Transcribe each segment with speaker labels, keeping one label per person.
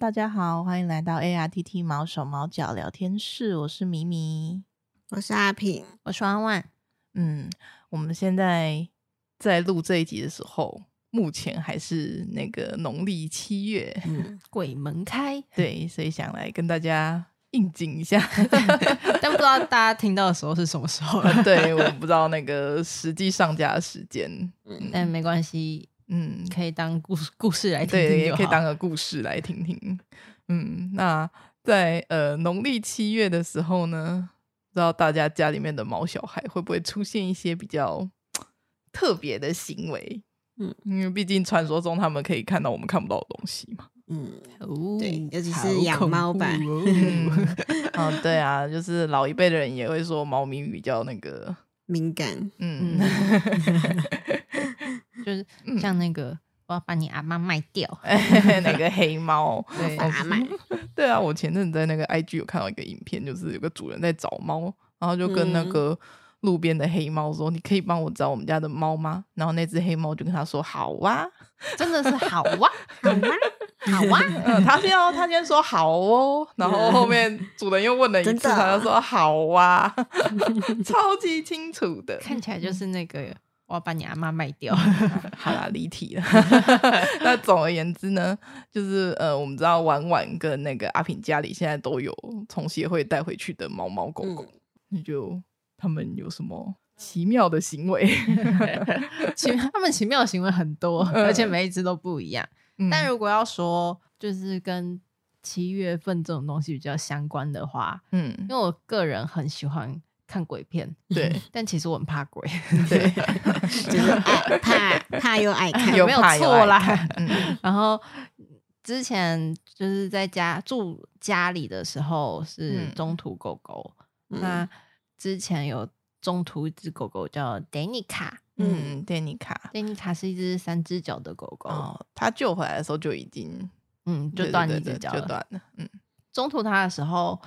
Speaker 1: 大家好，欢迎来到 ARTT 毛手毛脚聊天室，我是咪咪，
Speaker 2: 我是阿平，
Speaker 3: 我是万万。
Speaker 1: 嗯，我们现在在录这一集的时候，目前还是那个农历七月，
Speaker 3: 嗯，鬼门开，
Speaker 1: 对，所以想来跟大家应景一下。
Speaker 3: 但不知道大家听到的时候是什么时候了。
Speaker 1: 对，我不知道那个实际上架的时间，
Speaker 3: 但没关系，
Speaker 1: 嗯，
Speaker 3: 可以当故事故事来听
Speaker 1: 对，
Speaker 3: 听
Speaker 1: 也
Speaker 3: 就
Speaker 1: 可以
Speaker 3: 好
Speaker 1: 当个故事来听听。嗯，那在呃农历七月的时候呢，不知道大家家里面的毛小孩会不会出现一些比较特别的行为？
Speaker 2: 嗯，
Speaker 1: 因为毕竟传说中他们可以看到我们看不到的东西嘛。
Speaker 2: 嗯，
Speaker 3: 哦
Speaker 2: 对尤其是
Speaker 3: 好
Speaker 2: 养
Speaker 3: 恐
Speaker 2: 猫
Speaker 3: 怖
Speaker 2: 吧
Speaker 3: 哦
Speaker 1: 嗯， 哦对啊，就是老一辈的人也会说猫咪比较那个，
Speaker 2: 敏感，
Speaker 1: 嗯，
Speaker 3: 就是
Speaker 1: 嗯
Speaker 3: 像那个我要把你阿妈卖掉，哦
Speaker 1: 那个黑猫，
Speaker 3: 对
Speaker 2: 把它卖，
Speaker 1: 对啊，我前阵子在那个 IG 有看到一个影片，就是有个主人在找猫，然后就跟那
Speaker 2: 嗯
Speaker 1: 个路边的黑猫说：“你可以帮我找我们家的猫吗？”然后那只黑猫就跟他说：“好啊。
Speaker 3: 真的是好哇，
Speaker 2: 好吗？
Speaker 3: 好啊哇，
Speaker 1: 嗯”他先要他先说好哦，然后后面主人又问了一次，
Speaker 2: 嗯真的
Speaker 1: 他就说好 啊，超级清楚的。
Speaker 3: 看起来就是那个我要把你阿妈卖掉，
Speaker 1: 好啦，离题了。 那总而言之呢，就是呃，我们知道婉婉跟那个阿平家里现在都有从协会带回去的猫猫狗
Speaker 2: 嗯
Speaker 1: 狗，那就他们有什么奇妙的行为？
Speaker 3: 奇他们奇妙的行为很多，
Speaker 1: 嗯
Speaker 3: 而且每一只都不一样。
Speaker 1: 嗯
Speaker 3: 但如果要说就是跟七月份这种东西比较相关的话，
Speaker 1: 嗯
Speaker 3: 因，为我个人很喜欢看鬼片，
Speaker 1: 对
Speaker 3: 但其实我很怕鬼，
Speaker 1: 对，
Speaker 2: 就是爱怕怕又爱看，
Speaker 1: 有
Speaker 3: 没有
Speaker 1: 怕有
Speaker 3: 错
Speaker 1: 爱
Speaker 3: 啦
Speaker 1: 看。嗯
Speaker 3: 然后之前就是在家住家里的时候是
Speaker 1: 嗯
Speaker 3: 中途狗狗，
Speaker 2: 嗯
Speaker 3: 那之前有中途一只狗狗叫 Danica。
Speaker 2: 嗯
Speaker 1: 嗯，丹尼卡
Speaker 3: Danica 是一只三只脚的狗狗，
Speaker 1: 哦，他救回来的时候就已经
Speaker 3: 嗯，就
Speaker 1: 对
Speaker 3: 断
Speaker 1: 对
Speaker 3: 一
Speaker 1: 对
Speaker 3: 只
Speaker 1: 对
Speaker 3: 脚
Speaker 1: 就
Speaker 3: 了。
Speaker 1: 断了。嗯
Speaker 3: 中途它的时候，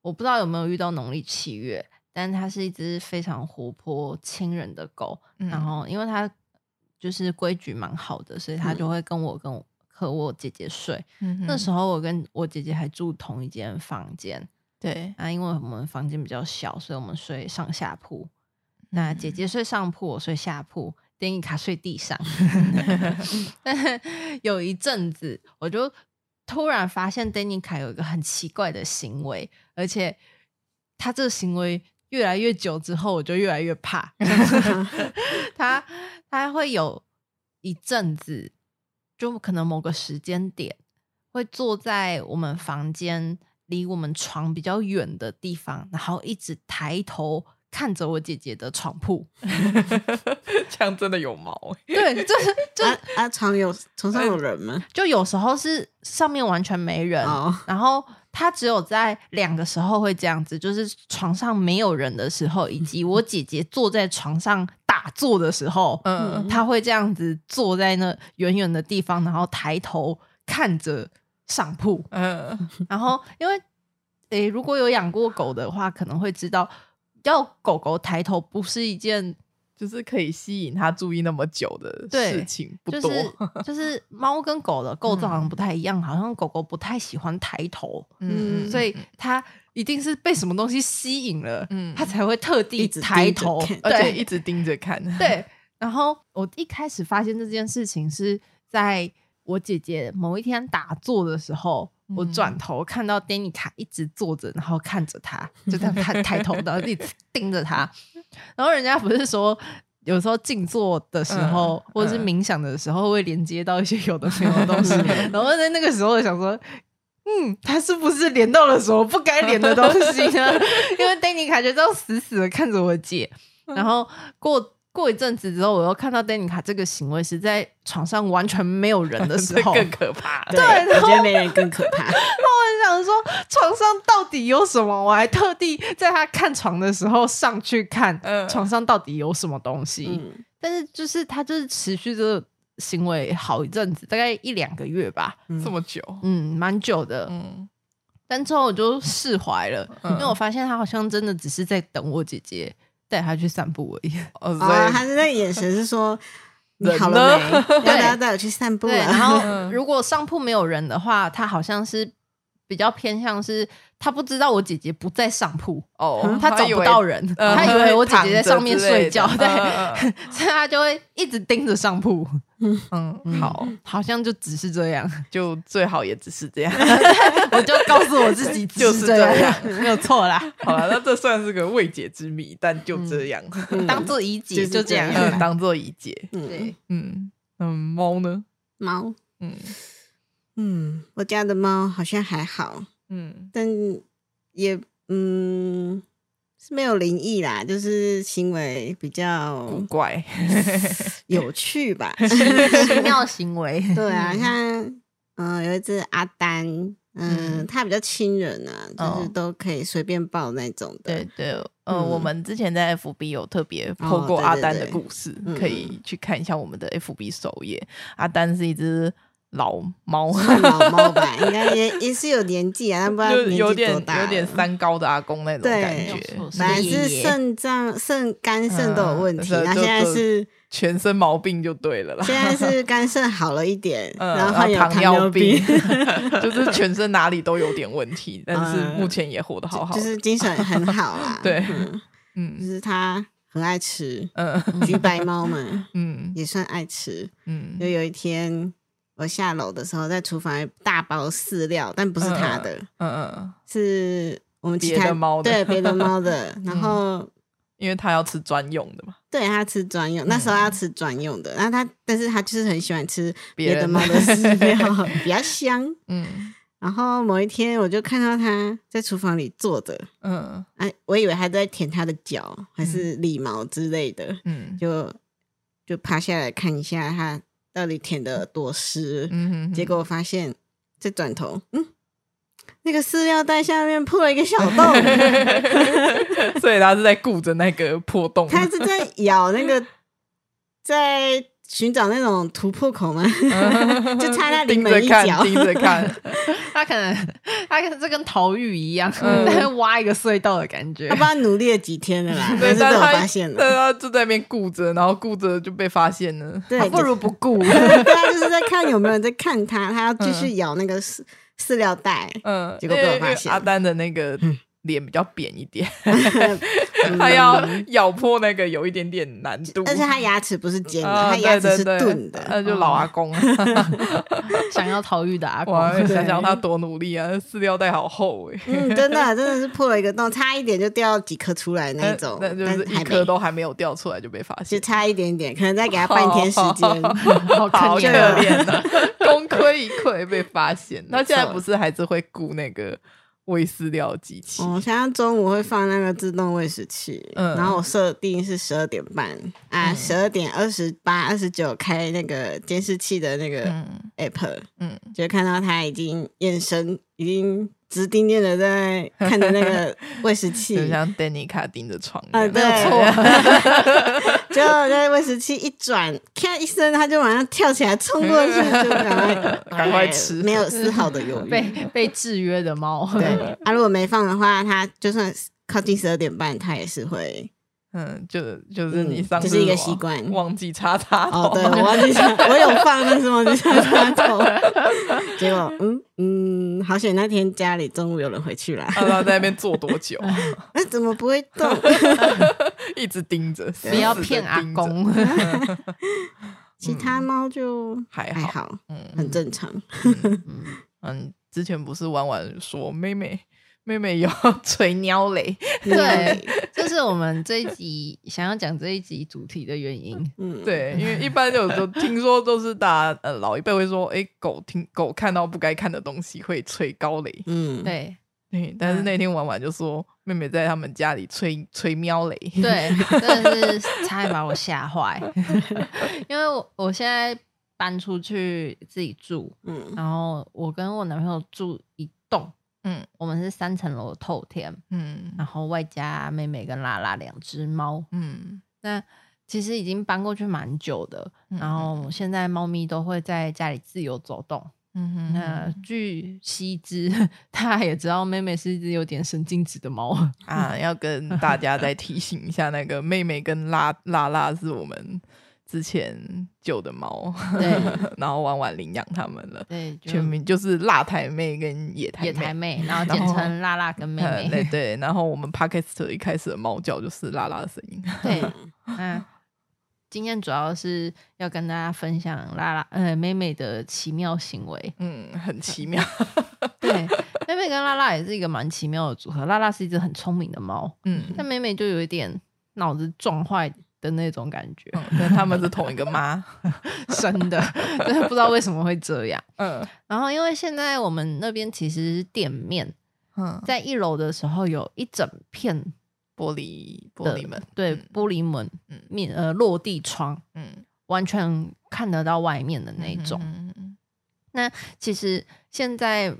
Speaker 3: 我不知道有没有遇到农历七月，但它是一只非常活泼、亲人的狗。
Speaker 1: 嗯
Speaker 3: 然后，因为它就是规矩蛮好的，所以它
Speaker 2: 嗯
Speaker 3: 就会跟我、跟我和我姐姐睡。
Speaker 1: 嗯
Speaker 3: 那时
Speaker 1: 候
Speaker 3: 候我跟我姐姐还住同一间房间
Speaker 1: 对，
Speaker 3: 啊，因为我们房间比较小，所以我们睡上下铺。那姐姐睡上铺，我睡下铺，丁一卡睡地上。但是有一阵子，我就突然发现 d a n i 卡有一个很奇怪的行为，而且他这个行为越来越久之后，我就越来越怕。 他他会有一阵子，就可能某个时间点，会坐在我们房间离我们床比较远的地方，然后一直抬头看着我姐姐的床铺。
Speaker 1: 这样真的有毛欸。
Speaker 3: 对，就是就
Speaker 2: 啊啊，床有床上有人吗？
Speaker 3: 就有时候是上面完全没人，
Speaker 2: 哦，
Speaker 3: 然后他只有在两个时候会这样子，就是床上没有人的时候，以及我姐姐坐在床上打坐的时候，
Speaker 1: 嗯
Speaker 2: 嗯
Speaker 3: 他会这样子坐在那远远的地方，然后抬头看着上铺。
Speaker 1: 嗯
Speaker 3: 然后因为诶、如果有养过狗的话，可能会知道，要狗狗抬头不是一件
Speaker 1: 就是可以吸引他注意那么久的
Speaker 3: 对
Speaker 1: 事情不
Speaker 3: 就
Speaker 1: 多，
Speaker 3: 是就是猫跟狗的构造好像不太一样，好像狗狗不太喜欢抬头，
Speaker 1: 嗯
Speaker 3: 所以它一定是被什么东西吸引了，
Speaker 1: 嗯
Speaker 3: 它才会特地
Speaker 2: 一直
Speaker 3: 抬
Speaker 2: 盯着
Speaker 3: 头，
Speaker 2: 看
Speaker 1: 而且一
Speaker 3: 对
Speaker 1: 直盯着看，
Speaker 3: 对。然后我一开始发现这件事情是在我姐姐某一天打坐的时候。我
Speaker 1: 嗯
Speaker 3: 转头看到 d a n i 卡一直坐着，然后看着他，就这样抬抬头，然后一直盯着他。然后人家不是说，有时候静坐的时候，
Speaker 1: 嗯
Speaker 3: 或者是
Speaker 1: 嗯
Speaker 3: 冥想的时候，会连接到一些有的没有的 东西。然后在那个时候，我想说，嗯，他是不是连到了什么不该连的东西呢？因为 Danny 卡就这样死死的看着我姐，然后过。过一阵子之后，我又看到 Danny 卡这个行为是在床上完全没有人的时 候，
Speaker 1: 这 更可怕。
Speaker 2: 对，我觉得没人更可怕。
Speaker 3: 想说床上到底有什么？我还特地在他看床的时候上去看
Speaker 1: 嗯
Speaker 3: 床上到底有什么东西。
Speaker 2: 嗯，
Speaker 3: 但是就是他就是持续这个行为好一阵子，大概一两个月吧，
Speaker 2: 嗯
Speaker 1: 这么久，
Speaker 3: 嗯，蛮久的。
Speaker 1: 嗯
Speaker 3: 但之后我就释怀了，
Speaker 1: 嗯
Speaker 3: 因为我发现他好像真的只 是在等我姐姐带他去散步而已。
Speaker 1: 哦，所
Speaker 2: 哦，
Speaker 1: 以
Speaker 2: 他的那个眼神是说你
Speaker 1: 人
Speaker 2: 好了没？
Speaker 1: 呢？
Speaker 2: 要不要带我去散步啊
Speaker 3: 对，
Speaker 2: 了？
Speaker 3: 然后
Speaker 1: 嗯
Speaker 3: 如果上铺没有人的话，他好像是比较偏向是，他不知道我姐姐不在上铺，
Speaker 1: 哦，
Speaker 3: 他找
Speaker 1: 以
Speaker 3: 不
Speaker 1: 为
Speaker 3: 到，人，
Speaker 1: 呃
Speaker 3: 他以为我姐姐在上面
Speaker 1: 躺着之类的
Speaker 3: 睡觉，对，
Speaker 1: 嗯嗯
Speaker 3: 所以他就会一直盯着上铺，
Speaker 1: 嗯，
Speaker 3: 嗯
Speaker 1: 好，
Speaker 3: 好像就只是这样，
Speaker 1: 就最好也只是这样。
Speaker 3: 我就告诉我自己
Speaker 1: 就是
Speaker 3: 这
Speaker 1: 这样，
Speaker 3: 没有错啦，
Speaker 1: 好了，那这算是个未解之谜，但就这样，
Speaker 2: 嗯
Speaker 3: 当做怡姐
Speaker 2: 就是
Speaker 3: 就这样
Speaker 2: 这，样
Speaker 1: 嗯，当做一解。
Speaker 2: 嗯
Speaker 3: 对，
Speaker 1: 嗯，那猫呢？
Speaker 2: 猫，
Speaker 1: 嗯
Speaker 2: 嗯，我家的猫好像还好，
Speaker 1: 嗯
Speaker 2: 但也嗯是没有灵异啦，就是行为比较
Speaker 1: 古怪，
Speaker 2: 有趣吧。
Speaker 1: 嗯
Speaker 3: 奇妙行为，
Speaker 2: 对啊，像嗯、呃有一只阿丹，嗯，
Speaker 1: 嗯
Speaker 2: 它比较亲人啊，就是
Speaker 1: 哦
Speaker 2: 都可以随便抱那种的。
Speaker 1: 对 对，呃，我
Speaker 2: 嗯
Speaker 1: 们之前在 FB 有特别
Speaker 2: 哦
Speaker 1: PO 过
Speaker 2: 对
Speaker 1: 阿
Speaker 2: 对
Speaker 1: 丹的
Speaker 2: 对
Speaker 1: 故事，
Speaker 2: 嗯
Speaker 1: 可以去看一下我们的 FB 首页。阿丹是一只老 猫，
Speaker 2: 算老猫吧，应该也也是有年纪啊，但不知道
Speaker 1: 就
Speaker 2: 年纪
Speaker 1: 有点
Speaker 2: 多大了
Speaker 1: 有点三高的阿公那种
Speaker 2: 对
Speaker 1: 感
Speaker 2: 没
Speaker 3: 没有
Speaker 1: 觉，
Speaker 3: 错
Speaker 2: 本来
Speaker 3: 个爷
Speaker 2: 是
Speaker 3: 爷
Speaker 2: 肾脏、肾、肝、肾都有问题，
Speaker 1: 嗯
Speaker 2: 那现在
Speaker 1: 就是全身毛病就对 了啦。
Speaker 2: 现在是肝肾好了一点，
Speaker 1: 嗯，
Speaker 2: 然后患有
Speaker 1: 糖
Speaker 2: 尿
Speaker 1: 病， 就是全身哪里都有点问题，但是
Speaker 2: 嗯
Speaker 1: 目前也活得 好好
Speaker 2: 就
Speaker 1: 的。。
Speaker 2: 是精神很好啦
Speaker 1: 对
Speaker 2: 嗯就
Speaker 1: 嗯
Speaker 2: 是它很爱 吃，
Speaker 1: 嗯
Speaker 2: 橘白猫嘛
Speaker 1: 嗯
Speaker 2: 也算爱吃。就
Speaker 1: 嗯
Speaker 2: 有一天我下楼的时候，在厨房大包饲料，但不是它的，
Speaker 1: 嗯嗯，
Speaker 2: 是我们其
Speaker 1: 别
Speaker 2: 他
Speaker 1: 的猫的嗯
Speaker 2: 对别的猫的， 然后。
Speaker 1: 因为他要吃专用的嘛，
Speaker 2: 对它吃专
Speaker 1: 嗯
Speaker 2: 用，那时候要吃专用的，然后它，但是它就是很喜欢吃
Speaker 1: 别
Speaker 2: 别的
Speaker 1: 人
Speaker 2: 猫的饲 料，比较香。
Speaker 1: 嗯
Speaker 2: 然后某一天我就看到它在厨房里坐着，
Speaker 1: 嗯
Speaker 2: 哎、我以为它在舔它的脚还是理毛之类的，
Speaker 1: 嗯
Speaker 2: 就就趴下来看一下它到底舔的多湿。
Speaker 1: 嗯哼，
Speaker 2: 结果我发现，再转头，嗯，那个饲料袋下面破了一个小洞，
Speaker 1: 所以他是在顾着那个破洞嘛，
Speaker 2: 它是在咬那个，在寻找那种突破口吗？ 就差那临
Speaker 1: 盯
Speaker 2: 门
Speaker 1: 着
Speaker 2: 一脚
Speaker 1: 看，。盯着 看，
Speaker 3: 他可能 他可能这跟逃狱一样，
Speaker 1: 嗯
Speaker 3: 在挖一个隧道的感觉
Speaker 2: 我不，知道努力了几天 了啦，但
Speaker 1: 对，啊
Speaker 2: 是被
Speaker 1: 但
Speaker 2: 我
Speaker 1: 他
Speaker 2: 发现
Speaker 1: 但
Speaker 2: 了。
Speaker 1: 他就在那边顾着，然后顾着就被发现了，
Speaker 2: 对，
Speaker 3: 还
Speaker 2: 就
Speaker 3: 不如不顾。
Speaker 2: 对，他就是在看有没有人在看他，他要继续咬那个饲饲料袋，
Speaker 1: 嗯，
Speaker 2: 结果被我发现
Speaker 1: 因为阿丹的那个脸比较扁一点，
Speaker 2: 嗯
Speaker 1: 他要咬破那个有一点点难度，
Speaker 2: 但是他牙齿不是尖的，
Speaker 1: 啊，
Speaker 2: 他牙
Speaker 1: 对
Speaker 2: 齿
Speaker 1: 对
Speaker 2: 是
Speaker 1: 对，
Speaker 2: 钝
Speaker 1: 那
Speaker 2: 的。
Speaker 1: 就老阿公啊，
Speaker 3: 想要逃狱的 阿公，
Speaker 1: 哇，
Speaker 2: 对
Speaker 1: 想想他多努力啊，饲料袋好厚哎。
Speaker 2: 嗯，真的，真的是破了一个洞，差一点就掉几颗出来那一
Speaker 1: 嗯
Speaker 2: 种，
Speaker 1: 那就
Speaker 2: 但
Speaker 1: 是
Speaker 2: 还
Speaker 1: 一
Speaker 2: 没
Speaker 1: 颗都还没有掉出来就被发
Speaker 2: 就
Speaker 1: 现，
Speaker 2: 差一点点，可能再给他半天时 间。
Speaker 1: 好
Speaker 3: 好
Speaker 1: 可
Speaker 2: 可
Speaker 1: 怜
Speaker 2: 怜
Speaker 1: 啊， 功亏一篑被发现。那现在
Speaker 2: 错
Speaker 1: 不是还是会雇那个喂饲料机器？
Speaker 2: 我想哦像中午会放那个自动喂食器，
Speaker 1: 嗯
Speaker 2: 然后我设定是十二点半啊，十二点二十八、二十九开那个监视器的那个
Speaker 1: 嗯
Speaker 2: app，
Speaker 1: 嗯，
Speaker 2: 就看到他已经眼神已经直盯盯的在看着那 个喂食器，
Speaker 1: 就像 Danny 卡盯着床一
Speaker 2: 啊，
Speaker 1: 样，
Speaker 2: 对， 就那喂食器一转，咔一声，他就马上跳起来冲过去，就赶 快哎
Speaker 1: 赶快吃
Speaker 2: 没有丝毫的犹 豫。
Speaker 3: 被被制约的猫，
Speaker 2: 对，啊，如果没放的话，他就算靠近十二点半，他也是会。
Speaker 1: 嗯，就就是
Speaker 2: 嗯
Speaker 1: 你上次
Speaker 2: 这是一个
Speaker 1: 什么
Speaker 2: 习惯
Speaker 1: 忘记插插头
Speaker 2: 哦，对，我忘记想，我有放，但是忘记想插头。结果，嗯嗯，好险那天家里中午有人回去啦。
Speaker 1: 不知道在那边坐多久，
Speaker 2: 那怎么不会动？
Speaker 1: 一直盯着，
Speaker 3: 不要骗阿公，
Speaker 2: 其他猫就
Speaker 1: 还好
Speaker 2: 还好，
Speaker 1: 嗯
Speaker 2: 很正常。
Speaker 1: 嗯，之前不是婉婉说妹妹妹妹 有垂鸟嘞，
Speaker 3: 对，这是我们这一集想要讲这一集主题的原因。
Speaker 2: 嗯，
Speaker 1: 对，因为一般有时 候听说都是大家呃老一辈会说，哎，狗听狗看到不该看的东西会吹高雷，
Speaker 2: 嗯，
Speaker 3: 对
Speaker 1: 对，但是
Speaker 3: 嗯
Speaker 1: 那天婉婉就说妹妹在他们家里吹吹喵雷，
Speaker 3: 对，真的是差点把我吓坏，因为我我现在搬出去自己住，
Speaker 2: 嗯
Speaker 3: 然后我跟我男朋友住一栋，
Speaker 1: 嗯
Speaker 3: 我们是三层楼的透天，
Speaker 1: 嗯
Speaker 3: 然后外加妹妹跟拉拉两只猫。
Speaker 1: 嗯
Speaker 3: 那其实已经搬过去蛮久的，
Speaker 1: 嗯
Speaker 3: 然后现在猫咪都会在家里自由走动。
Speaker 1: 嗯哼
Speaker 3: 那据悉知， 大家也知道妹妹是一只有点神经质的猫，
Speaker 1: 啊，要跟大家再提醒一下，那个妹妹跟拉拉拉是我们之前救的猫，
Speaker 3: 对
Speaker 1: 然后婉婉领养它们了。
Speaker 3: 对，就
Speaker 1: 全名就是辣台妹跟野台
Speaker 3: 野台
Speaker 1: 妹
Speaker 3: 妹，然后简
Speaker 1: 然后
Speaker 3: 称辣 辣跟妹
Speaker 1: 呃对
Speaker 3: 妹。
Speaker 1: 对，然后我们 podcast 一开始的猫叫就是拉拉的声音，
Speaker 3: 对，嗯， 今天主要是要跟大家分享拉拉呃妹妹的奇妙行为。
Speaker 1: 嗯，很奇 妙，
Speaker 3: 对， 妹妹跟拉拉也是一个蛮奇妙的组合。拉拉是一只很聪明的猫，
Speaker 1: 嗯，
Speaker 3: 但妹妹就有一点脑子撞坏的那种感觉，
Speaker 1: 嗯但他们是同一个妈，
Speaker 3: 真的， 真的不知道为什么会这样。
Speaker 1: 嗯
Speaker 3: 然后因为现在我们那边其实是店面，
Speaker 1: 嗯，
Speaker 3: 在一楼的时候有一整片
Speaker 1: 玻璃玻
Speaker 3: 的
Speaker 1: 璃门，
Speaker 3: 对
Speaker 1: 嗯
Speaker 3: 玻璃门
Speaker 1: 嗯
Speaker 3: 面呃落地窗，
Speaker 1: 嗯，
Speaker 3: 完全看得到外面的那种。
Speaker 1: 嗯，嗯
Speaker 3: 其实现在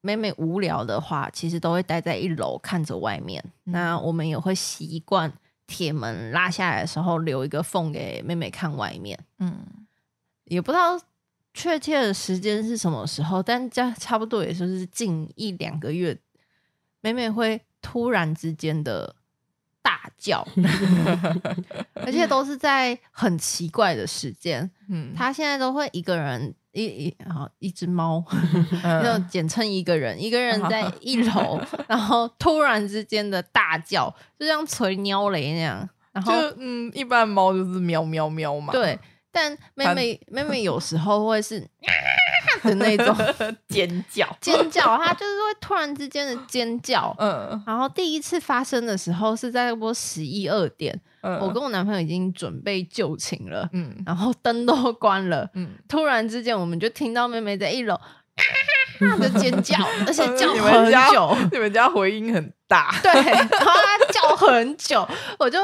Speaker 3: 每每无聊的话，其实都会待在一楼看着外面。
Speaker 1: 嗯
Speaker 3: 那我们也会习惯铁门拉下来的时候留一个缝给妹妹看外面。
Speaker 1: 嗯
Speaker 3: 也不知道确切的时间是什么时候，但这差不多也就是近一两个月，美美会突然之间的大 叫，而且都是在很奇怪的时间。
Speaker 1: 嗯，
Speaker 3: 她现在都会一个人。一一好一只猫， 就
Speaker 1: 嗯
Speaker 3: 简称一个人，一个人 在一楼，然后突然之间的大叫，就像捶鸟雷那样，然后
Speaker 1: 就嗯，一般猫就是喵喵喵嘛，
Speaker 3: 对， 但妹
Speaker 1: 它
Speaker 3: 妹妹妹有时候 会是的那种
Speaker 1: 尖叫，
Speaker 3: 尖叫，她就是会突然之间的尖叫。
Speaker 1: 嗯
Speaker 3: 然后第一次发生的时候是在差不多十一二点，
Speaker 1: 嗯，
Speaker 3: 我跟我男朋友已经准备就寝了，
Speaker 1: 嗯
Speaker 3: 然后灯都关了，
Speaker 1: 嗯，
Speaker 3: 突然之间我们就听到妹妹在一 楼的尖叫，而且叫
Speaker 1: 嗯你们
Speaker 3: 很
Speaker 1: 家
Speaker 3: 久。
Speaker 1: 你们家回音很大，
Speaker 3: 对，然后他叫很久，我就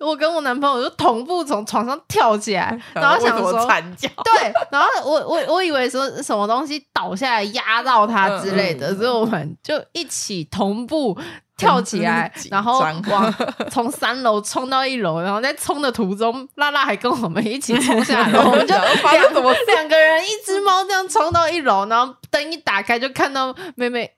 Speaker 3: 我跟我男朋友就同步从床上跳起来，然后
Speaker 1: 为
Speaker 3: 想
Speaker 1: 什么
Speaker 3: 说
Speaker 1: 惨叫，
Speaker 3: 对，然后我我我以为说什么东西倒下来压到他之类
Speaker 1: 嗯
Speaker 3: 的，
Speaker 1: 嗯嗯
Speaker 3: 所以我们就一起同步跳起来
Speaker 1: 很紧，
Speaker 3: 然后
Speaker 1: 张
Speaker 3: 往从三楼冲到一楼，然后在冲的途中，拉拉还跟我们一起冲 下楼，我们就
Speaker 1: 发生什么事
Speaker 3: 两个人一只猫这样冲到一楼，然后灯一打开就看到妹妹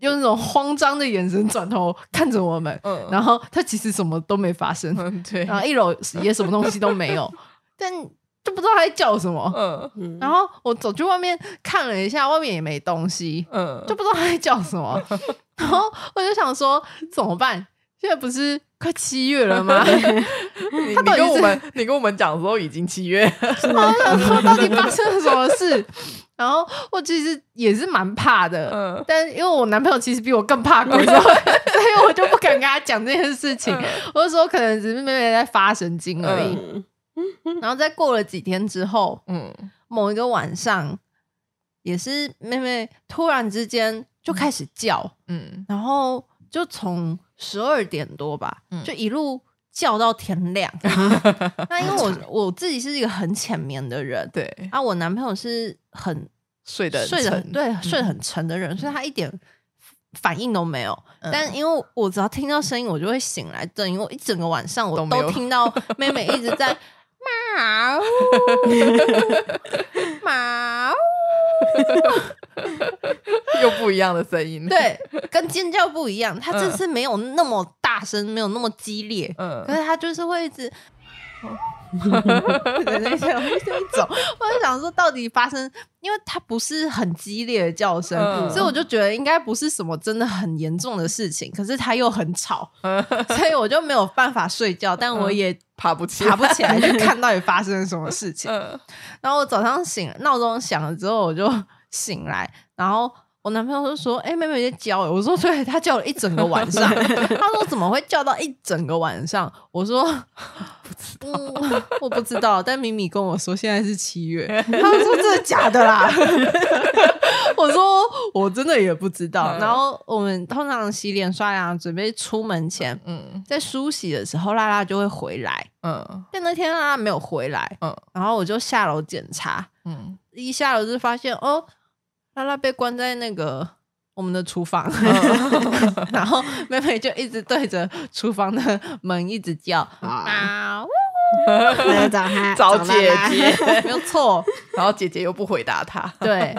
Speaker 3: 用那种慌张的眼神转头看着我们，
Speaker 1: 嗯，
Speaker 3: 然后她其实什么都没发生，
Speaker 1: 嗯对，
Speaker 3: 然后一楼也什么东西都没有，但就不知道他在叫什么。
Speaker 1: 嗯
Speaker 2: 嗯
Speaker 3: 然后我走去外面看了一下，外面也没东西，
Speaker 1: 嗯，
Speaker 3: 就不知道他在叫什么。然后我就想说怎么办？现在不是快七月了吗？
Speaker 1: 你
Speaker 3: 他
Speaker 1: 你
Speaker 3: 到底
Speaker 1: 跟我
Speaker 3: 是
Speaker 1: 们你跟我们讲的时候已经七月，
Speaker 3: 我想说到底发生了什么事？然后我其实也是蛮怕 的，
Speaker 1: 嗯
Speaker 3: 但因为我男朋友其实比我更怕鬼，所以 所以我就不敢跟他讲这件事情。
Speaker 1: 嗯
Speaker 3: 我就说可能只是妹妹在发神经而已。
Speaker 2: 嗯
Speaker 3: 然后在过了几天之后，
Speaker 1: 嗯
Speaker 3: 某一个晚上，也是妹妹突然之间就开始叫，
Speaker 1: 嗯
Speaker 3: 然后就从十二点多吧，
Speaker 1: 嗯
Speaker 3: 就一路叫到天亮。那因为我我自己是一个很浅眠的人，
Speaker 1: 对，
Speaker 3: 啊，我男朋友是很
Speaker 1: 睡得很
Speaker 3: 睡得很
Speaker 1: 沉
Speaker 3: 对睡得很沉的人，所以他一点。反应都没有，
Speaker 1: 嗯
Speaker 3: 但因为我只要听到声音，我就会醒来。等于我一整个晚上，我
Speaker 1: 都没有
Speaker 3: 都 听到妹妹一直在哦喵喵，
Speaker 1: 又不一样的声音，，
Speaker 3: 对，跟尖叫不一样，它这次没有那么大声，没有那么激烈，
Speaker 1: 嗯
Speaker 3: 可是它就是会一直。 对对对，我就一种，我就想说，到底发生，因为它不是很激烈的叫声，
Speaker 1: 嗯
Speaker 3: 所以我就觉得应该不是什么真的很严重的事情。可是它又很吵，所以我就没有办法睡觉，但我也
Speaker 1: 爬不起，
Speaker 3: 爬不起来，就看到底发生了什么事情。
Speaker 1: 嗯
Speaker 3: 然后我早上醒，闹钟响了之后我就 醒来，然后我男朋友就说：“哎、妹妹在叫、欸。”我说：“对，她叫了一整个晚上。”他说：“怎么会叫到一整个晚上？”我说：“嗯我不知道。”但米米跟我说现在是七月，他说：“真的假的啦？”我说：“我真的也不知道。”然后我们通常洗脸刷牙，准备出门前，
Speaker 1: 嗯
Speaker 3: 在梳洗的时候，拉拉就会回来，
Speaker 1: 嗯
Speaker 3: 但那天拉拉没有回来，
Speaker 1: 嗯
Speaker 3: 然后我就下楼检查。
Speaker 1: 嗯
Speaker 3: 一下楼就发现哦，拉拉被关在那个我们的厨房，
Speaker 1: 嗯
Speaker 3: 然后妹妹就一直对着厨房的门一直叫，
Speaker 2: 好，
Speaker 3: 啊，呜
Speaker 2: 我要找
Speaker 3: 哎
Speaker 2: 他，
Speaker 1: 找姐
Speaker 2: 拉拉
Speaker 1: 姐，
Speaker 3: 没有错，
Speaker 1: 然后姐姐又不回答他，
Speaker 3: 对，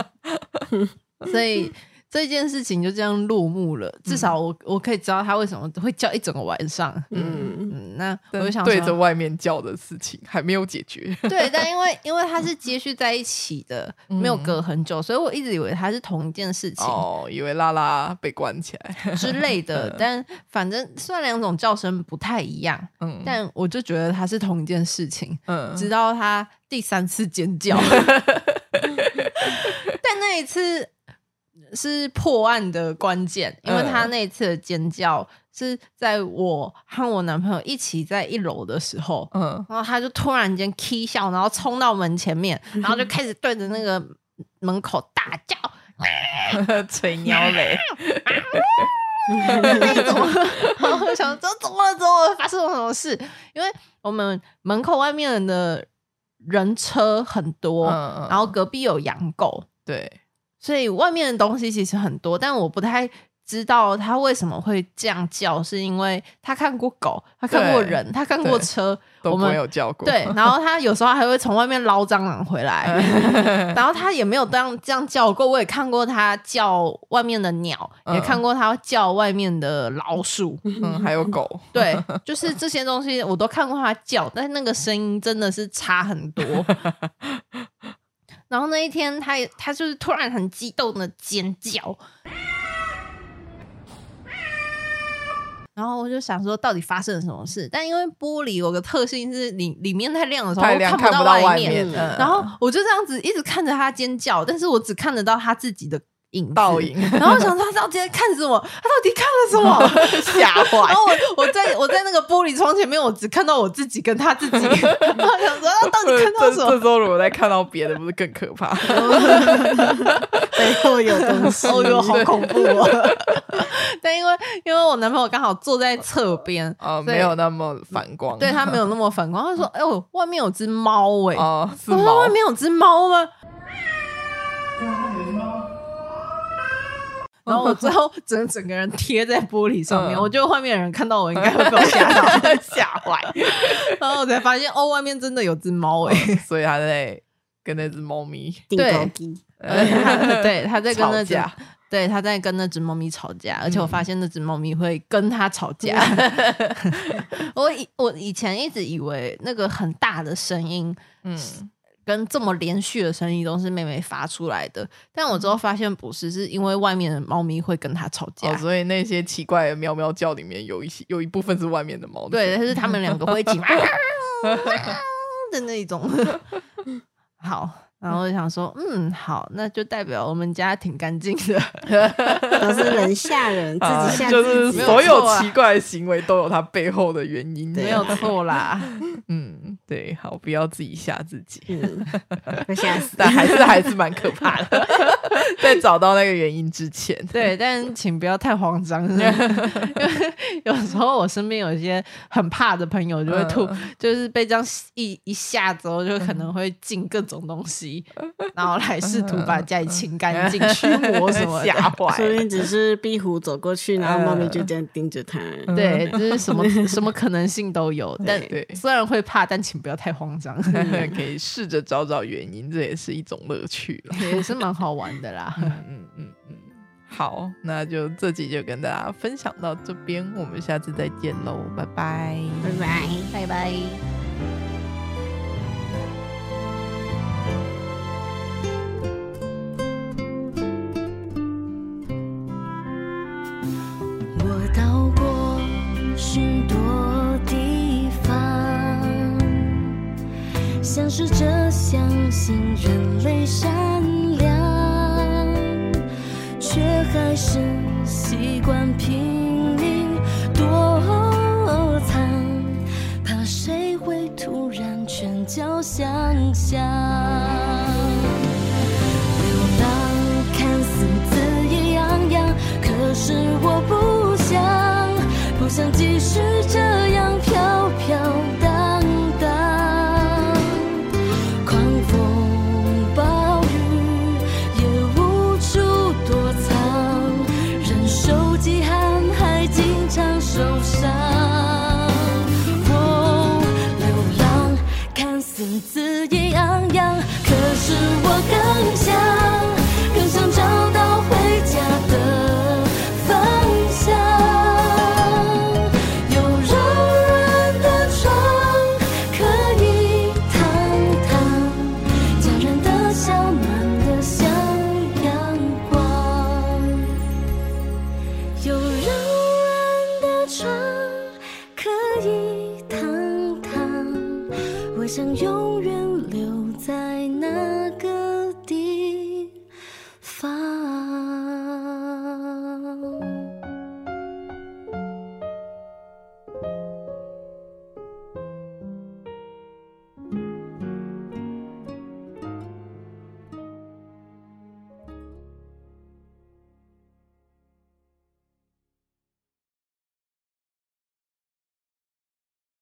Speaker 3: 所以。这件事
Speaker 1: 嗯
Speaker 3: 情就这样落幕了，至少我我可以知道他为什么会叫一整个晚上。
Speaker 2: 嗯，
Speaker 3: 嗯，那我
Speaker 1: 但
Speaker 3: 就想
Speaker 1: 对着
Speaker 3: 说，
Speaker 1: 外面叫的事情还没有解 决，
Speaker 3: 对，但因为因为它是接续在一起的，没有
Speaker 1: 嗯
Speaker 3: 隔很久，所以我一直以为它是同一件事情。
Speaker 1: 哦，以为拉拉被关起 来，
Speaker 3: 之类的，但反正虽然两种叫声不太一样，
Speaker 1: 嗯，
Speaker 3: 但我就觉得它是同一件事情，
Speaker 1: 嗯
Speaker 3: 直到他第三次尖 叫。但那一次是破案的关键，因
Speaker 1: 嗯
Speaker 3: 为他那一次的尖叫是在我和我男朋友一起在一楼的时候，
Speaker 1: 嗯
Speaker 3: 然后他就突然间 k 笑，然后冲到门前面，然后就开始对着那个门口大叫。
Speaker 1: 吹鸟嘞，
Speaker 3: 那一种，然后我想说怎么了怎么了发生了什么事？因为我们门口外面的人车很多，
Speaker 1: 嗯嗯
Speaker 3: 然后隔壁有养狗，
Speaker 1: 对，
Speaker 3: 所以外面的东西其实很多，但我不太知道他为什么会这样叫，是因为他看过狗，他看过
Speaker 1: 对
Speaker 3: 人，他看过
Speaker 1: 对
Speaker 3: 车，
Speaker 1: 都
Speaker 3: 我
Speaker 1: 没
Speaker 3: 们
Speaker 1: 有叫过，
Speaker 3: 对，然后他有时候还会从外面捞蟑螂回来，
Speaker 1: 哎
Speaker 3: 然后他也没有这样这样叫过，我也看过他叫外面的鸟，也
Speaker 1: 嗯
Speaker 3: 看过他叫外面的老鼠，
Speaker 1: 嗯，还有 狗，
Speaker 3: 对，就是这些东西我都看过他叫，但是那个声音真的是差很多。然后那一天他，也他就是突然很激动的尖叫，然后我就想说到底发生了什么事？但因为玻璃有个特性是里里面太亮的时候
Speaker 1: 太亮
Speaker 3: 我
Speaker 1: 看
Speaker 3: 不
Speaker 1: 到
Speaker 3: 外
Speaker 1: 面，
Speaker 2: 嗯
Speaker 1: 嗯
Speaker 3: 然后我就这样子一直看着他尖叫，但是我只看得到他自己的影子
Speaker 1: 倒影
Speaker 3: 然后我想说他到底在看什么？他到底看了 什么？
Speaker 1: 吓坏
Speaker 3: 然，后我我在我在那个玻璃窗前面，我只看到我自己跟他自己， 然后想说啊到底看到
Speaker 1: 这
Speaker 3: 什么
Speaker 1: 这？周如果再看到别的，不是更可 怕？
Speaker 2: 背后有东西，
Speaker 3: 哦哟，好恐怖
Speaker 2: 哦！
Speaker 3: 哦！但因为因为我男朋友刚好坐在侧边，
Speaker 1: 哦，
Speaker 3: 所以
Speaker 1: 没有那么反光，
Speaker 3: 对他没有那么反光。他说：“哎呦，外面有只猫哎、
Speaker 1: 哦，是
Speaker 3: 我说
Speaker 1: 猫
Speaker 3: 外，面有只猫吗？然后我最 后整整个人贴在玻璃上面，
Speaker 1: 嗯
Speaker 3: 我觉得外面的人看到我应该会被我吓 到，
Speaker 1: 吓坏，
Speaker 3: 然后我才发现哦，外面真的有只猫哎、
Speaker 1: 所以他在跟那只猫咪，
Speaker 2: 顶
Speaker 3: 对
Speaker 2: 高低，
Speaker 3: 而且它 对，他在跟那
Speaker 1: 吵
Speaker 3: 只
Speaker 1: 架，嗯
Speaker 3: 对，他在跟那只猫咪吵架，而且我发现那只猫咪会跟他吵架。
Speaker 1: 嗯
Speaker 3: 我以我以前一直以为那个很大的声音
Speaker 1: 嗯，
Speaker 3: 跟这么连续的声音都是妹妹发出来的，但我之后发现不是，是因为外面的猫咪会跟它吵架。
Speaker 1: 哦，所以那些奇怪的喵喵叫里面有一些有一部分是外面的猫，
Speaker 3: 对，但是他们两个会一 起喵 的那一种。 好，然后我就想说，嗯，好，那就代表我们家挺干净的。
Speaker 2: 都是人吓人，自
Speaker 1: 啊
Speaker 2: 己吓
Speaker 1: 就
Speaker 2: 自
Speaker 1: 是
Speaker 2: 己。
Speaker 1: 所
Speaker 3: 没有
Speaker 1: 有
Speaker 3: 错啊
Speaker 1: 奇怪的行为都有它背后的原因，
Speaker 2: 对
Speaker 3: 没有错啦，
Speaker 1: 嗯，对，好，不要自己吓自己，
Speaker 2: 嗯，会 吓死。
Speaker 1: 但还是还是蛮可怕的， 在找到那个原因之前，
Speaker 3: 对，但请不要太 慌张，因为有时候我身边有一些很怕的朋友就会吐，
Speaker 1: 嗯
Speaker 3: 就是被这样一一下之后，就可能会进各种东西，然后来试图把家里清干净、驱魔什 么
Speaker 1: 吓
Speaker 3: 的。
Speaker 1: 坏
Speaker 2: 说不
Speaker 1: 了，
Speaker 2: 定只是壁虎走过去，然后猫咪就这样盯着它。
Speaker 1: 嗯
Speaker 3: 对，就是什么什么可能性都有，但
Speaker 1: 对
Speaker 3: 虽然会怕，但请不要太慌 张，
Speaker 1: 可以试着找找原因，这也是一种乐趣 了。
Speaker 3: 也是蛮好玩的啦。
Speaker 1: 嗯嗯嗯嗯，好，那就这集就跟大家分享到这边，我们下次再见喽，拜拜。
Speaker 2: 拜拜。
Speaker 3: 拜拜。
Speaker 4: 我到过许多地方，想试着相信人类善良，却还是习惯拼命躲藏，怕谁会突然拳脚相向。流浪看似恣意洋洋，可是我不想，不想继续这样飘飘荡荡。狂风暴雨也无处躲藏，忍受极寒还经常受伤。哦，流浪看似恣意洋洋，可是我更想，更想找到回家的方向。床可以躺躺，我想永